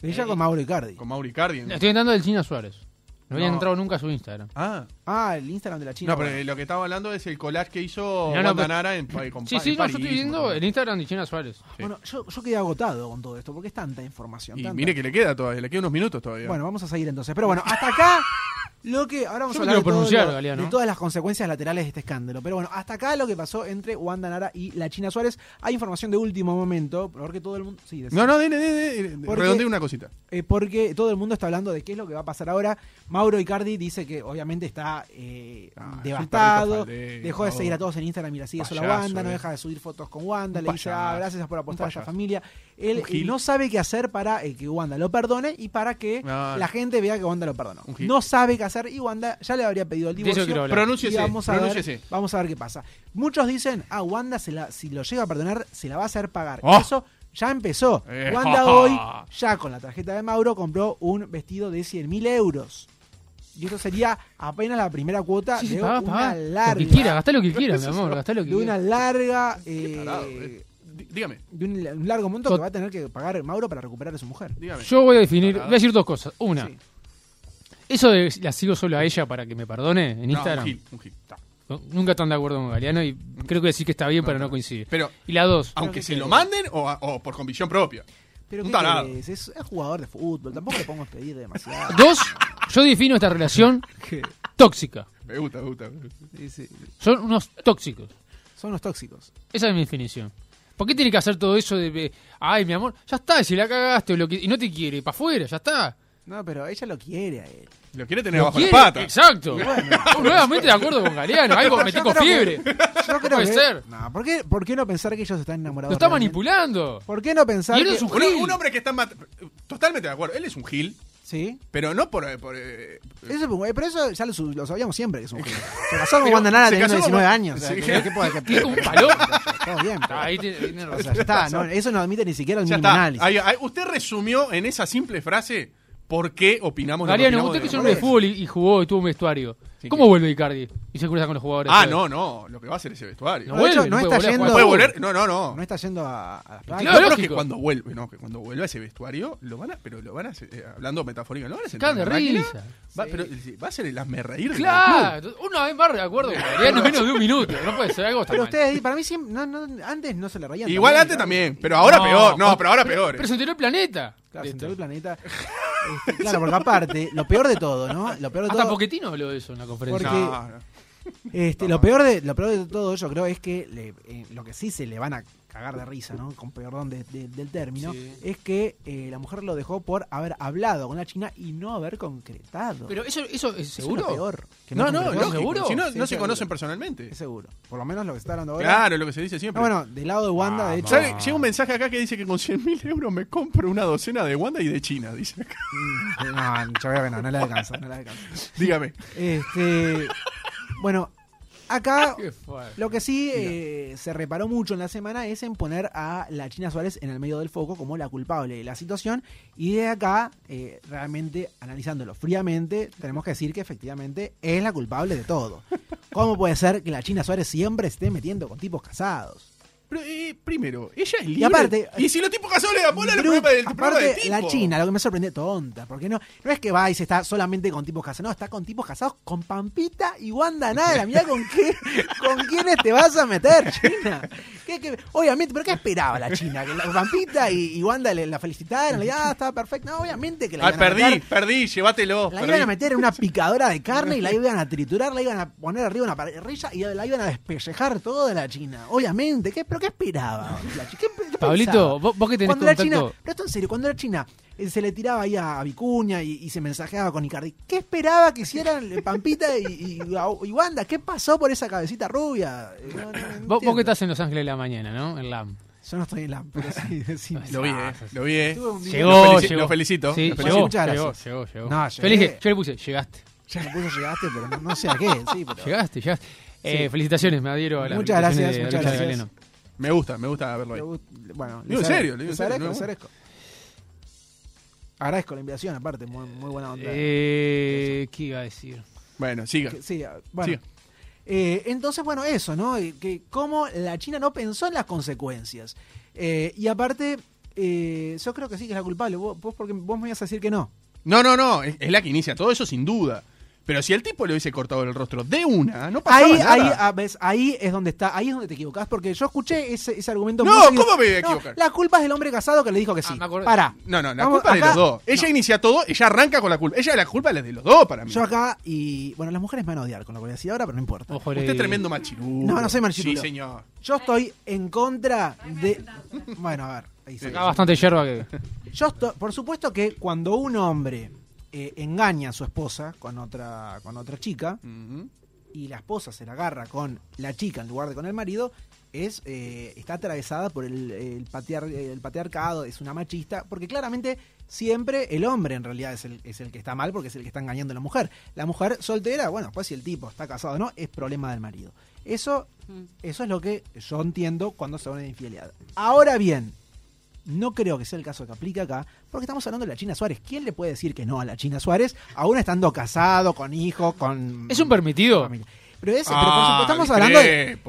Speaker 3: De ella con Mauro Icardi.
Speaker 2: Con Mauricardi.
Speaker 4: Estoy entrando del China Suárez. No, había
Speaker 2: No.
Speaker 4: entrado nunca a su Instagram.
Speaker 2: Ah.
Speaker 3: Ah, el Instagram de la China.
Speaker 2: No, pero
Speaker 3: bueno.
Speaker 2: lo que estaba hablando es el collage que hizo
Speaker 4: No, no,
Speaker 2: Wanda
Speaker 4: pero-
Speaker 2: Nara en, pa- con
Speaker 4: Sí,
Speaker 2: Pa-
Speaker 4: sí,
Speaker 2: en
Speaker 4: no,
Speaker 2: París,
Speaker 4: yo estoy viendo
Speaker 2: con-
Speaker 4: el Instagram de China Suárez.
Speaker 3: Bueno, yo, yo quedé agotado con todo esto, porque es tanta información.
Speaker 2: Y
Speaker 3: tanta.
Speaker 2: mire que le queda todavía, le quedan unos minutos todavía.
Speaker 3: Bueno, vamos a seguir entonces. Pero bueno, hasta acá lo que. Ahora vamos
Speaker 4: Yo
Speaker 3: a hablar de,
Speaker 4: me quiero
Speaker 3: todo
Speaker 4: pronunciar,
Speaker 3: lo-
Speaker 4: Galeano.
Speaker 3: de todas las consecuencias laterales de este escándalo. Pero bueno, hasta acá lo que pasó entre Wanda Nara y la China Suárez. Hay información de último momento, porque todo el mundo. Sí, decí.
Speaker 2: no, no, dele, dele, dele,
Speaker 3: Porque-
Speaker 2: redondee una cosita.
Speaker 3: Eh, porque todo el mundo está hablando de qué es lo que va a pasar ahora. Mauro Icardi dice que obviamente está eh,
Speaker 2: Ah, es un
Speaker 3: devastado,
Speaker 2: perrito faldero,
Speaker 3: dejó de
Speaker 2: no.
Speaker 3: seguir a todos en Instagram y la sigue solo a
Speaker 2: Payaso,
Speaker 3: Wanda, no
Speaker 2: eh.
Speaker 3: deja de subir fotos con Wanda,
Speaker 2: Un
Speaker 3: le dice, ah,
Speaker 2: payaso.
Speaker 3: gracias por apostar a
Speaker 2: Un
Speaker 3: esta
Speaker 2: payaso.
Speaker 3: familia. Él
Speaker 2: Un gil.
Speaker 3: eh, no sabe qué hacer para eh, que Wanda lo perdone y para que
Speaker 2: Ah.
Speaker 3: la gente vea que Wanda lo perdonó.
Speaker 2: Un gil.
Speaker 3: No sabe qué hacer y Wanda ya le habría pedido el
Speaker 4: De eso
Speaker 3: divorcio.
Speaker 4: quiero hablar.
Speaker 3: y
Speaker 2: Pronúnciese,
Speaker 3: vamos a, ver,
Speaker 2: pronúnciese.
Speaker 3: vamos a ver qué pasa. Muchos dicen, ah, Wanda se la, si lo llega a perdonar, se la va a hacer pagar.
Speaker 2: Oh.
Speaker 3: Eso ya empezó.
Speaker 2: Eh,
Speaker 4: [laughs]
Speaker 3: Wanda
Speaker 2: jaja.
Speaker 3: hoy ya con la tarjeta de Mauro compró un vestido de 100.000 mil euros. Y esto sería apenas la primera cuota
Speaker 4: Sí, sí,
Speaker 3: Ah, de
Speaker 4: pagá,
Speaker 3: una
Speaker 4: pagá.
Speaker 3: larga.
Speaker 4: Lo que quiera, gastá lo que quiera, mi amor, gastá lo que
Speaker 3: de una
Speaker 4: quiera. [laughs]
Speaker 3: larga. eh,
Speaker 2: tarado, eh. Dí- Dígame,
Speaker 3: de un, un largo monto
Speaker 4: Tot-
Speaker 3: que va a tener que pagar Mauro para recuperar a su mujer.
Speaker 2: dígame.
Speaker 4: Yo voy a definir, voy
Speaker 2: Tarado.
Speaker 4: a decir dos cosas. Una,
Speaker 3: Sí.
Speaker 4: eso de la sigo solo a ella para que me perdone en
Speaker 2: No,
Speaker 4: Instagram.
Speaker 2: un gil, un gil. Ta.
Speaker 4: No, Nunca están de acuerdo con Galeano y creo que decir que está bien,
Speaker 2: No,
Speaker 4: pero
Speaker 2: no,
Speaker 4: no
Speaker 2: no.
Speaker 4: coincide.
Speaker 2: Pero-
Speaker 4: y la dos,
Speaker 2: Aunque se
Speaker 3: que-
Speaker 2: lo manden o, a- o por convicción propia.
Speaker 3: Pero
Speaker 2: Un
Speaker 3: ¿qué
Speaker 2: tarado.
Speaker 3: querés? es, es jugador de fútbol, tampoco le podemos pedir
Speaker 4: [laughs]
Speaker 3: demasiado.
Speaker 4: dos, yo defino esta relación tóxica.
Speaker 2: Me gusta, me gusta. me gusta.
Speaker 3: Sí, sí.
Speaker 4: Son unos tóxicos.
Speaker 3: Son los tóxicos.
Speaker 4: Esa es mi definición. ¿Por qué tiene que hacer todo eso de, de, ay, mi amor, ya está, si la cagaste o lo que, y no te quiere, para afuera, ya está?
Speaker 3: No, pero ella lo quiere a él.
Speaker 2: Lo quiere tener
Speaker 4: Lo
Speaker 2: bajo
Speaker 4: quiere,
Speaker 2: la pata.
Speaker 4: Exacto. Nuevamente de acuerdo con Galeano,
Speaker 2: [laughs]
Speaker 4: algo
Speaker 3: Yo
Speaker 4: metí
Speaker 3: creo
Speaker 4: con
Speaker 3: que-
Speaker 4: fiebre. [laughs]
Speaker 3: Yo creo
Speaker 4: puede
Speaker 3: que-
Speaker 4: ser.
Speaker 3: No, ¿por qué, ¿por qué no pensar que ellos están enamorados?
Speaker 4: Lo está
Speaker 3: realmente?
Speaker 4: manipulando.
Speaker 3: ¿Por qué no pensar
Speaker 4: Y él
Speaker 3: que...
Speaker 4: es un-
Speaker 2: Un,
Speaker 4: gil.
Speaker 2: un hombre que está mat- Totalmente de acuerdo. Él es un gil,
Speaker 3: Sí.
Speaker 2: pero no por. eh, por, eh,
Speaker 3: Eso, es un güey, pero eso ya lo, su- lo sabíamos siempre que es un gil. Se casó con Wanda Nara
Speaker 2: se
Speaker 3: teniendo
Speaker 2: casó con-
Speaker 3: 19 años. o sea,
Speaker 2: Sí.
Speaker 3: que- que puede- que-
Speaker 4: Es como un palo.
Speaker 3: Todo bien. pero-
Speaker 4: Ah, Ahí tiene- tiene
Speaker 3: o
Speaker 4: razón.
Speaker 3: sea, ya está, no, eso no admite ni siquiera el
Speaker 2: ya
Speaker 3: mínimo
Speaker 2: está.
Speaker 3: análisis.
Speaker 2: Ahí- ahí- usted resumió en esa simple frase por qué opinamos lo que
Speaker 4: Galeano,
Speaker 2: opinamos
Speaker 4: usted que es
Speaker 2: de-
Speaker 4: un hombre de fútbol y, y jugó y tuvo un vestuario.
Speaker 2: Sí,
Speaker 4: ¿Cómo
Speaker 2: que-
Speaker 4: vuelve Icardi? Y se cruza con los jugadores.
Speaker 2: Ah,
Speaker 4: ¿sabes?
Speaker 2: no, no. Lo que va a hacer ese vestuario.
Speaker 4: No
Speaker 3: No, de hecho,
Speaker 4: vuelve,
Speaker 3: no
Speaker 4: no
Speaker 3: está
Speaker 4: puede
Speaker 3: yendo...
Speaker 4: volver a
Speaker 2: ¿Puede volver? No, no, no.
Speaker 3: No está yendo a, a las playas.
Speaker 4: Claro.
Speaker 2: No, pero que
Speaker 4: lógico.
Speaker 2: cuando vuelve, no, que cuando vuelve a ese vestuario, lo van a, pero lo van a, hacer, eh, hablando metafóricamente, lo van a sentar
Speaker 4: Cagan de
Speaker 2: en la máquina,
Speaker 4: risa.
Speaker 2: Va, pero, eh, va a ser el hazme reír. del club.
Speaker 4: Claro, una vez más de acuerdo con Galeano, menos de un minuto. No puede ser algo está
Speaker 3: Pero
Speaker 4: mal.
Speaker 3: ustedes, para mí, siempre, no, no, antes no se le reían.
Speaker 2: Igual
Speaker 3: también,
Speaker 2: antes
Speaker 3: claro.
Speaker 2: también, pero ahora peor. No, pero ahora peor. eh.
Speaker 4: Pero se enteró el planeta.
Speaker 3: Claro,
Speaker 4: de
Speaker 3: se
Speaker 4: esto.
Speaker 3: enteró el planeta. Este, claro, porque aparte, lo peor de todo, ¿no? Lo peor de
Speaker 4: Hasta
Speaker 3: todo.
Speaker 4: Poquetino habló de eso en la conferencia.
Speaker 3: Porque-
Speaker 2: No, no.
Speaker 3: Este, lo, peor de, lo peor de todo yo creo es que le- eh, lo que sí se le van a cagar de risa, ¿no? Con perdón de- de- del término,
Speaker 4: Sí.
Speaker 3: es que eh, la mujer lo dejó por haber hablado con la China y no haber concretado.
Speaker 4: Pero eso, eso
Speaker 3: Eso
Speaker 4: es
Speaker 3: es lo
Speaker 4: seguro.
Speaker 3: peor. que
Speaker 2: eh, No, no,
Speaker 3: concretó.
Speaker 2: lógico,
Speaker 4: ¿Seguro?
Speaker 2: Si no,
Speaker 3: Sí,
Speaker 2: no se
Speaker 3: seguro.
Speaker 2: conocen personalmente.
Speaker 3: Es seguro. Por lo menos lo que se está hablando ahora.
Speaker 2: Claro, es lo que se dice siempre.
Speaker 3: No, bueno, del lado de Wanda, de hecho.
Speaker 2: ¿Sabe? Llega un mensaje acá que dice que con 100 mil euros me compro una docena de Wanda y de China, dice acá. [laughs]
Speaker 3: Mm, [laughs] No, yo creo que no, no le alcanza, no le alcanza.
Speaker 2: Dígame.
Speaker 3: Este, bueno, acá
Speaker 4: Qué fuerte.
Speaker 3: Lo que sí eh, se reparó mucho en la semana es en poner a la China Suárez en el medio del foco como la culpable de la situación. Y de acá, eh, realmente analizándolo fríamente, tenemos que decir que efectivamente es la culpable de todo. ¿Cómo puede ser que la China Suárez siempre esté metiendo con tipos casados?
Speaker 2: Pero, eh, primero, ella es libre.
Speaker 3: aparte-
Speaker 2: y si los tipos casados le dan bola,
Speaker 3: Bru-
Speaker 2: el problema del problema del
Speaker 3: aparte,
Speaker 2: tipo.
Speaker 3: la China, lo que me sorprende, tonta, porque no, no es que va y se está solamente con tipos casados, no, está con tipos casados con Pampita y Wanda Nara. Mirá con
Speaker 2: [laughs]
Speaker 3: qué, con quiénes te vas a meter, China. ¿Qué- qué- obviamente, pero ¿qué esperaba la China? Que la Pampita y, y Wanda le, la felicitaran, le digan, ah, estaba perfecta. No, obviamente que la
Speaker 2: Ah,
Speaker 3: iban a
Speaker 2: perdí,
Speaker 3: meter-
Speaker 2: perdí, llévatelo.
Speaker 3: la
Speaker 2: perdí.
Speaker 3: iban a meter en una picadora de carne
Speaker 4: [laughs]
Speaker 3: y la iban a triturar, la iban a poner arriba de una parrilla y la iban a despellejar toda la China. Obviamente, ¿qué, ¿pero qué esperaba? La chi- ¿Qué, qué
Speaker 4: Pablito,
Speaker 3: pensaba?
Speaker 4: vos- vos que tenés
Speaker 3: cuando la
Speaker 4: contacto-
Speaker 3: China, Pero esto en serio, cuando la China eh, se le tiraba ahí a, a Vicuña y, y se mensajeaba con Icardi, ¿qué esperaba que hicieran eh, Pampita y, y- y Wanda? ¿Qué pasó por esa cabecita rubia? Eh, no, no, no
Speaker 4: Vos, vos
Speaker 3: entiendo.
Speaker 4: que estás en Los Ángeles de la mañana, ¿no? En LAM. Ah,
Speaker 3: Yo no estoy en la... Pero sí, decime.
Speaker 2: Lo vi, eh, lo vi. eh.
Speaker 3: Tuve un día-
Speaker 4: Llegó,
Speaker 2: Lo felici-
Speaker 4: llegó.
Speaker 2: lo felicito,
Speaker 4: Sí,
Speaker 2: lo felicito.
Speaker 4: llegó,
Speaker 3: Muchas
Speaker 4: llegó,
Speaker 3: gracias.
Speaker 4: llegó, llegó.
Speaker 3: No,
Speaker 4: yo,
Speaker 3: llegué.
Speaker 4: le dije, yo le puse, llegaste,
Speaker 3: Ya me puso llegaste, pero no, no sé a qué. Sí, pero...
Speaker 4: llegaste, llegaste. Eh, Felicitaciones, me adhiero a las
Speaker 3: Muchas
Speaker 4: felicitaciones
Speaker 3: gracias,
Speaker 4: de
Speaker 3: muchas
Speaker 4: Richard
Speaker 3: gracias.
Speaker 4: Galeno.
Speaker 2: Me gusta, me gusta verlo ahí.
Speaker 3: Le gust- Bueno,
Speaker 2: Digo en
Speaker 3: sare-
Speaker 2: serio, le digo en
Speaker 3: sarezco,
Speaker 2: serio,
Speaker 3: le
Speaker 2: no.
Speaker 3: sarezco. Agradezco la invitación, aparte, muy, muy buena onda.
Speaker 4: Eh, ¿Qué iba a decir?
Speaker 2: Bueno, siga.
Speaker 3: Que- sí, ah, bueno. Eh, entonces, bueno, eso, ¿no? Y Que cómo la China no pensó en las consecuencias. Eh, y aparte, eh, yo creo que sí que es la culpable. Vos, vos porque vos me ibas a decir que no.
Speaker 2: No, no, no, es, es la que inicia todo eso sin duda. Pero si el tipo le hubiese cortado el rostro de una, no pasaba
Speaker 3: ahí,
Speaker 2: nada.
Speaker 3: ahí, ah, ves, ahí es donde está, ahí es donde te equivocás, porque yo escuché ese, ese argumento.
Speaker 2: No,
Speaker 3: muy seguido.
Speaker 2: ¿cómo me voy a
Speaker 3: No,
Speaker 2: equivocar?
Speaker 3: la culpa es del hombre casado que le dijo que sí.
Speaker 2: acordé.
Speaker 3: Pará.
Speaker 2: No, no, la
Speaker 3: Vamos,
Speaker 2: culpa de
Speaker 3: acá-
Speaker 2: los dos. Ella inicia todo, ella arranca con la culpa. Ella la culpa es la de los dos para mí.
Speaker 3: Yo acá, y bueno, las mujeres me van a odiar con lo que voy a decir ahora, pero no importa.
Speaker 4: Oh.
Speaker 2: Usted es tremendo machirulo.
Speaker 3: No, no soy machirulo.
Speaker 2: Sí, señor.
Speaker 3: Yo estoy en contra de. Bueno, a ver. Ahí sí.
Speaker 4: Acá bastante yerba que.
Speaker 3: Yo estoy, por supuesto que cuando un hombre eh, engaña a su esposa con otra, con otra chica y la esposa se la agarra con la chica en lugar de con el marido, es eh, está atravesada por el, el, patriar- el patriarcado, es una machista, porque claramente siempre el hombre en realidad es el, es el que está mal porque es el que está engañando a la mujer. La mujer soltera, bueno, pues si el tipo está casado o no, es problema del marido. Eso, eso es lo que yo entiendo cuando se habla de infidelidad. Ahora bien, no creo que sea el caso que aplica acá, porque estamos hablando de la China Suárez. ¿Quién le puede decir que no a la China Suárez, aún estando casado, con hijo, con...
Speaker 4: Es un permitido.
Speaker 3: Pero ese, pero por
Speaker 2: Ah,
Speaker 3: supuesto, estamos
Speaker 2: discrepo,
Speaker 3: hablando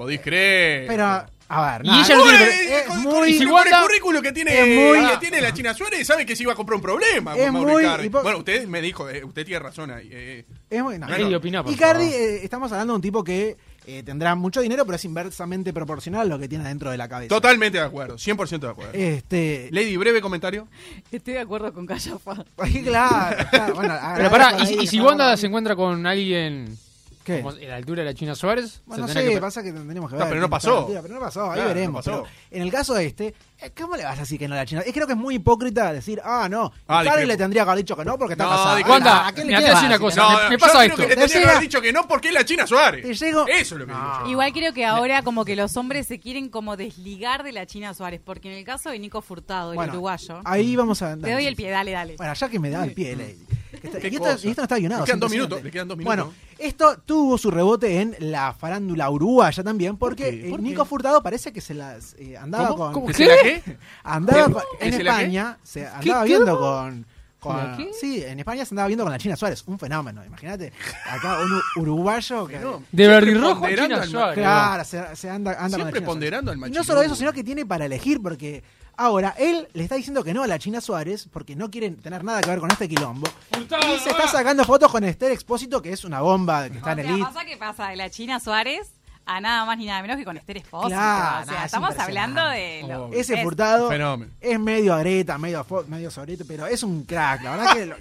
Speaker 3: de...
Speaker 2: discrepo.
Speaker 3: Pero, a ver,
Speaker 4: Y
Speaker 3: nada,
Speaker 4: ella
Speaker 3: no,
Speaker 4: lo tiene,
Speaker 3: es-
Speaker 4: pero-
Speaker 3: es
Speaker 2: Con-
Speaker 3: muy...
Speaker 2: con el
Speaker 4: Wanda-
Speaker 2: currículo que tiene,
Speaker 3: es muy-
Speaker 2: que tiene la China Suárez sabe que se iba a comprar un problema.
Speaker 3: Es
Speaker 2: Mauro
Speaker 3: muy-
Speaker 2: Icardi.
Speaker 3: y po-
Speaker 2: Bueno, usted me dijo, eh, usted tiene razón ahí. eh, eh.
Speaker 3: Es muy- no,
Speaker 2: Nadie
Speaker 3: no.
Speaker 4: opina, por
Speaker 3: Icardi,
Speaker 4: favor.
Speaker 3: eh, estamos hablando de un tipo que eh, tendrá mucho dinero, pero es inversamente proporcional a lo que tiene dentro de la cabeza.
Speaker 2: Totalmente de acuerdo, 100% de acuerdo.
Speaker 3: Este...
Speaker 2: Lady, breve comentario.
Speaker 7: Estoy de acuerdo con Callafa.
Speaker 3: [laughs] claro, claro, bueno,
Speaker 4: Pero
Speaker 3: agradezco
Speaker 4: pará,
Speaker 3: a
Speaker 4: y, si-
Speaker 3: Lady
Speaker 4: y si
Speaker 3: Gaga
Speaker 4: Wanda
Speaker 3: por-
Speaker 4: se encuentra con alguien
Speaker 3: ¿Qué?
Speaker 4: como a la altura de la China Suárez,
Speaker 3: Bueno,
Speaker 4: se
Speaker 3: no
Speaker 4: tendrá
Speaker 3: sé,
Speaker 4: que-
Speaker 3: pasa que tendremos que
Speaker 2: No,
Speaker 3: ver.
Speaker 2: pero no
Speaker 3: quién está
Speaker 2: pasó.
Speaker 3: metido, Pero no pasó, ahí
Speaker 2: Claro, no
Speaker 3: veremos.
Speaker 2: pasó.
Speaker 3: pero en el caso este, eh, ¿cómo le vas a decir que no a la China? Eh, creo que es muy hipócrita decir, ah, no,
Speaker 2: Ah,
Speaker 3: ah,
Speaker 2: discrepo.
Speaker 3: le tendría que haber dicho que no porque está
Speaker 2: No,
Speaker 3: casado.
Speaker 2: discrepo.
Speaker 3: Ah,
Speaker 4: Wanda,
Speaker 3: ¿a qué le
Speaker 4: mira, te
Speaker 3: queda?
Speaker 4: voy a decir una cosa.
Speaker 2: No,
Speaker 4: me-
Speaker 2: no,
Speaker 4: me
Speaker 2: yo
Speaker 4: pasa
Speaker 2: creo
Speaker 4: esto.
Speaker 2: que le
Speaker 3: Te
Speaker 2: tendría que
Speaker 3: llega-
Speaker 2: haber dicho que no porque es la China Suárez.
Speaker 3: Te llego-
Speaker 2: Eso es lo que digo yo.
Speaker 7: Igual creo que ahora como que los hombres se quieren como desligar de la China Suárez, porque en el caso de Nico Furtado, el
Speaker 3: Bueno,
Speaker 7: uruguayo,
Speaker 3: Ahí vamos a
Speaker 7: te doy el pie, dale, dale.
Speaker 3: Bueno, ya que me da el
Speaker 4: Mm.
Speaker 3: pie, Lady. Que está-
Speaker 2: Qué
Speaker 3: Y esto,
Speaker 2: cosa.
Speaker 3: y esto no está guionado.
Speaker 2: Le
Speaker 3: es
Speaker 2: quedan dos
Speaker 3: impresionante.
Speaker 2: minutos, le quedan dos minutos.
Speaker 3: Bueno, esto tuvo su rebote en la farándula uruguaya también, porque
Speaker 2: ¿Por qué?
Speaker 3: eh,
Speaker 2: ¿Por
Speaker 3: Nico Furtado parece que se las eh, andaba
Speaker 4: ¿Cómo?
Speaker 3: con.
Speaker 4: ¿Cómo?
Speaker 2: ¿Que
Speaker 4: ¿Qué?
Speaker 2: se la qué?
Speaker 3: Andaba
Speaker 2: ¿Qué?
Speaker 3: con-
Speaker 2: ¿Que
Speaker 3: en
Speaker 2: se la qué?
Speaker 3: España, se andaba
Speaker 4: qué?
Speaker 3: viendo con. con-
Speaker 4: ¿Con la qué?
Speaker 3: sí, en España se andaba viendo con la China Suárez, un fenómeno, imagínate. Acá un u- uruguayo que.
Speaker 4: De
Speaker 2: Siempre
Speaker 4: verdirrojo a
Speaker 2: ponderando
Speaker 4: China
Speaker 2: al
Speaker 4: Suárez.
Speaker 3: Claro, se, se anda, anda con la
Speaker 2: Siempre
Speaker 3: China Suárez.
Speaker 2: ponderando al
Speaker 3: Y
Speaker 2: machismo.
Speaker 3: no solo eso, sino que tiene para elegir, porque ahora él le está diciendo que no a la China Suárez, porque no quieren tener nada que ver con este quilombo.
Speaker 4: Gustavo,
Speaker 3: y se está sacando fotos con Esther Expósito, que es una bomba que está
Speaker 7: O
Speaker 3: en
Speaker 7: sea,
Speaker 3: el
Speaker 7: pasa que pasa de la China Suárez a nada más ni nada menos que con Esther Esposa.
Speaker 3: Claro,
Speaker 7: o
Speaker 3: nada,
Speaker 7: sea,
Speaker 3: es
Speaker 7: estamos hablando de...
Speaker 2: impresionante.
Speaker 7: lo-
Speaker 3: Ese
Speaker 7: es-
Speaker 3: furtado
Speaker 2: Fenómeno.
Speaker 3: es medio areta, medio, fo- medio sobrete, pero es un crack, la verdad que. Lo,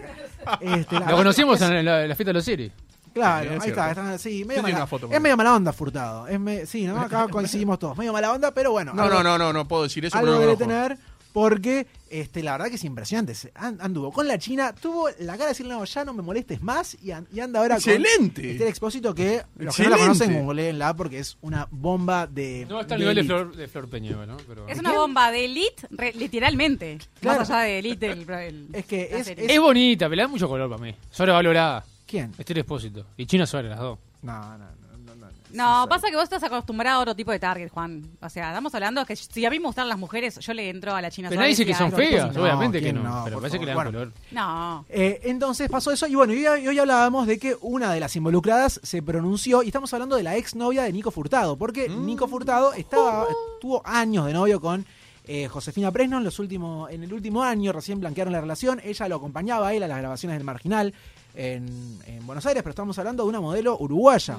Speaker 3: este, la
Speaker 4: Lo
Speaker 3: verdad
Speaker 4: conocimos
Speaker 3: que es-
Speaker 4: en la, la fiesta de los series.
Speaker 3: Claro,
Speaker 2: Sí, es
Speaker 3: ahí está,
Speaker 2: cierto.
Speaker 3: está- sí,
Speaker 2: Yo
Speaker 3: medio
Speaker 2: tengo
Speaker 3: mala,
Speaker 2: una foto con
Speaker 3: es
Speaker 2: él.
Speaker 3: medio mala onda furtado. Es me- sí,
Speaker 2: [laughs]
Speaker 3: ¿no? acá coincidimos todos. Medio mala onda, pero bueno.
Speaker 2: No,
Speaker 3: algo-
Speaker 2: no, no, no, no puedo decir eso.
Speaker 3: algo
Speaker 2: pero no
Speaker 3: debe
Speaker 2: conozco.
Speaker 3: tener porque este, la verdad que es impresionante. Se- an- Anduvo con la China, tuvo la cara de decir, no, ya no me molestes más y, an- y anda ahora con
Speaker 2: ¡Excelente!
Speaker 3: Esther Expósito que los que no la
Speaker 2: ¡Excelente!
Speaker 3: conocen googleenla porque es una bomba de...
Speaker 4: No está al
Speaker 3: de
Speaker 4: nivel de
Speaker 3: élite.
Speaker 4: Flor, de Flor Peña, igual, ¿no? Pero...
Speaker 7: Es una bomba de elite, re- literalmente.
Speaker 3: Claro.
Speaker 7: Más allá de elite del- el-
Speaker 3: Es que
Speaker 7: la
Speaker 3: es-
Speaker 7: serie.
Speaker 3: es-
Speaker 4: Es bonita, pero le da mucho color para mí. Sobrevalorada.
Speaker 3: ¿Quién?
Speaker 4: Esther Espósito. Y China Suárez, las dos.
Speaker 3: No, no, no. no, no,
Speaker 7: No, pasa que vos estás acostumbrado a otro tipo de target, Juan. O sea, estamos hablando que si a mí me gustan las mujeres, yo le entro a la China
Speaker 4: Pero nadie dice
Speaker 7: Suárez y
Speaker 4: que
Speaker 7: a-
Speaker 4: son
Speaker 3: Pero
Speaker 4: feas,
Speaker 3: Espósito, no,
Speaker 4: obviamente que
Speaker 3: ¿quién
Speaker 4: no.
Speaker 3: no?
Speaker 4: pero
Speaker 3: Por
Speaker 4: parece que le dan
Speaker 3: favor.
Speaker 4: color.
Speaker 7: No.
Speaker 3: Eh, entonces pasó eso y bueno, y hoy, y hoy hablábamos de que una de las involucradas se pronunció y estamos hablando de la exnovia de Nico Furtado, porque Nico Furtado estaba, tuvo años de novio con eh, Josefina Fresno en, los últimos en el último año, recién blanquearon la relación, ella lo acompañaba a él a las grabaciones del Marginal en, en Buenos Aires, pero estamos hablando de una modelo uruguaya.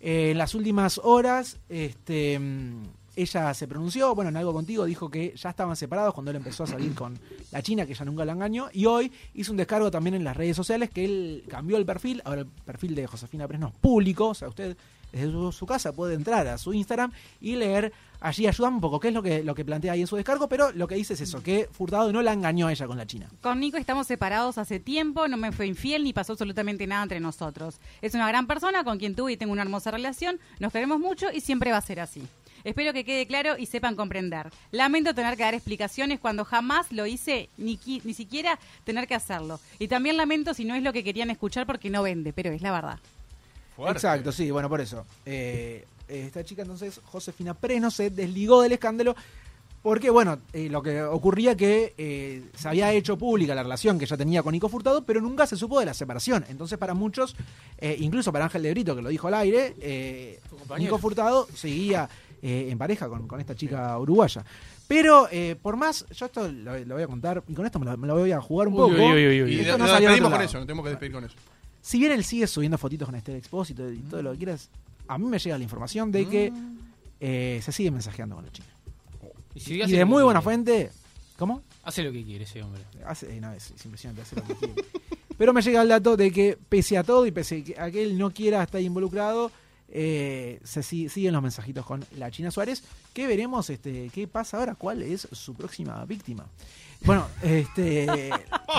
Speaker 3: Eh, en las últimas horas, este, mm, ella se pronunció, bueno, en algo contigo, dijo que ya estaban separados cuando él empezó a salir con la China, que ella nunca la engañó, y hoy hizo un descargo también en las redes sociales que él cambió el perfil, ahora el perfil de Josefina Fresno es público, o sea, usted desde su, su casa puede entrar a su Instagram y leer allí ayuda un poco, que es lo que, lo que plantea ahí en su descargo, pero lo que dice es eso, que Furtado no la engañó a ella con la China.
Speaker 7: Con Nico estamos separados hace tiempo, no me fue infiel ni pasó absolutamente nada entre nosotros. Es una gran persona con quien tuve y tengo una hermosa relación, nos queremos mucho y siempre va a ser así. Espero que quede claro y sepan comprender. Lamento tener que dar explicaciones cuando jamás lo hice, ni, qui- ni siquiera tener que hacerlo. Y también lamento si no es lo que querían escuchar porque no vende, pero es la verdad.
Speaker 2: Fuerte.
Speaker 3: Exacto, sí, bueno, eh, por eso. Eh, esta chica entonces, Josefina Preno, se desligó del escándalo. Porque, bueno, eh, lo que ocurría que eh, se había hecho pública la relación que ya tenía con Nico Furtado, pero nunca se supo de la separación. Entonces, para muchos, eh, incluso para Ángel de Brito, que lo dijo al aire, eh, Nico Furtado seguía eh, en pareja con, con esta chica uruguaya. Pero, eh, por más, yo esto lo, lo voy a contar, y con esto me lo, me lo voy a jugar un
Speaker 2: Uy,
Speaker 3: poco.
Speaker 2: uy, uy, uy, uy.
Speaker 3: Esto
Speaker 2: Y
Speaker 3: no
Speaker 2: nos
Speaker 3: salió en otro
Speaker 2: despedimos con
Speaker 3: lado.
Speaker 2: eso, nos tenemos que despedir con eso.
Speaker 3: Si bien él sigue subiendo fotitos con este expósito y todo lo que quieras, a mí me llega la información de que eh, se sigue mensajeando con los chicos.
Speaker 4: Y, si
Speaker 3: Y
Speaker 4: hace
Speaker 3: de
Speaker 4: lo
Speaker 3: muy
Speaker 4: que
Speaker 3: buena
Speaker 4: quiere.
Speaker 3: fuente. ¿Cómo?
Speaker 4: Hace lo que quiere ese hombre.
Speaker 3: Hace, eh, no, es, es impresionante, hace lo que quiere. Pero me llega el dato de que, pese a todo y pese a que él no quiera estar involucrado, eh, se si- siguen los mensajitos con la China Suárez, que veremos este, qué pasa ahora, cuál es su próxima víctima. Bueno, este, de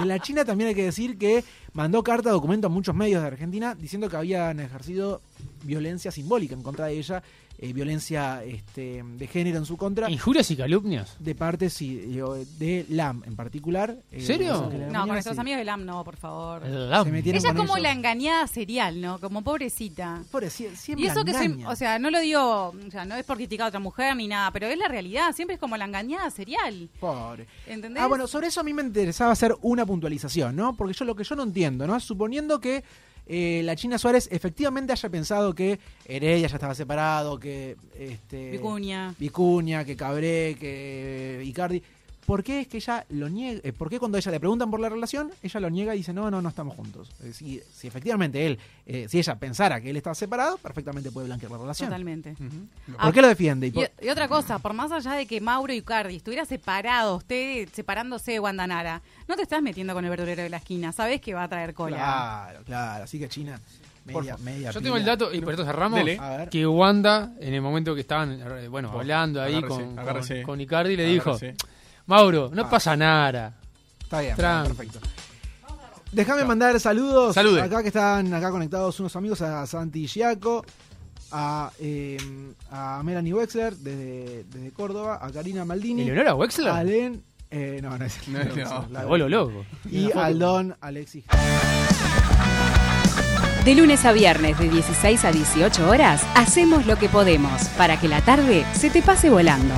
Speaker 3: la China también hay que decir que mandó carta, documento a muchos medios de Argentina diciendo que habían ejercido violencia simbólica en contra de ella, eh, violencia este, de género en su contra.
Speaker 4: ¿Injurias y calumnias?
Speaker 3: De parte, sí, digo, de LAM en particular. eh,
Speaker 4: ¿Serio?
Speaker 3: Los Ángeles de
Speaker 7: No,
Speaker 3: la
Speaker 7: con
Speaker 3: Mañana,
Speaker 7: nuestros
Speaker 3: sí.
Speaker 7: amigos del AM no, por favor.
Speaker 3: El LAM. Se metieron
Speaker 7: Ella es
Speaker 3: con
Speaker 7: como
Speaker 3: ellos.
Speaker 7: la engañada serial, ¿no? Como pobrecita.
Speaker 3: Pobrecita, siempre
Speaker 7: Y eso
Speaker 3: la
Speaker 7: que soy,
Speaker 3: engaña.
Speaker 7: o sea, no lo digo, o sea, no es por criticar a otra mujer ni nada, pero es la realidad, siempre es como la engañada serial.
Speaker 3: Pobre.
Speaker 7: ¿Entendés?
Speaker 3: Ah, bueno, sobre eso a mí me interesaba hacer una puntualización, ¿no? Porque yo lo que yo no entiendo, ¿no? Suponiendo que eh, la China Suárez efectivamente haya pensado que Heredia ya estaba separado, que este,
Speaker 7: Vicuña.
Speaker 3: Vicuña, que Cabré, que Icardi. ¿Por qué es que ella lo niega? eh, ¿Por qué cuando a ella le preguntan por la relación, ella lo niega y dice, no, no, no estamos juntos? Eh, si, si efectivamente él, eh, si ella pensara que él estaba separado, perfectamente puede blanquear la relación.
Speaker 7: Totalmente.
Speaker 3: ¿Por qué lo defiende? Y por-
Speaker 7: Y, y otra cosa, por más allá de que Mauro y Cardi estuvieran separados, usted separándose de Guandanara, no te estás metiendo con el verdulero de la esquina, sabes que va a traer cola.
Speaker 3: Claro, claro. Así que China,
Speaker 7: Por
Speaker 3: media, media
Speaker 4: Yo tengo el
Speaker 3: pila.
Speaker 4: dato, y por esto cerramos,
Speaker 3: Dele. A ver.
Speaker 4: que Wanda, en el momento que estaban eh, bueno,
Speaker 2: Por-
Speaker 4: hablando ahí
Speaker 2: agárrese,
Speaker 4: con,
Speaker 2: agárrese.
Speaker 4: con, con Icardi, le
Speaker 2: Agárrese.
Speaker 4: dijo, Mauro,
Speaker 3: Ah.
Speaker 4: no pasa nada.
Speaker 3: Está bien,
Speaker 4: Tran-
Speaker 3: perfecto. Déjame mandar saludos.
Speaker 4: Salude.
Speaker 3: Acá que están acá conectados unos amigos a Santi Giaco, a, eh, a Melanie Wexler desde, desde Córdoba, a Karina Maldini.
Speaker 4: ¿Eleonora Wexler?
Speaker 3: A Len, eh, no, no es.
Speaker 4: No,
Speaker 3: Eleonora
Speaker 4: no.
Speaker 3: Wexler, la de-
Speaker 4: Bolo loco.
Speaker 3: Y al Don Alexis.
Speaker 8: De lunes a viernes de 16 a 18 horas, hacemos lo que podemos para que la tarde se te pase volando.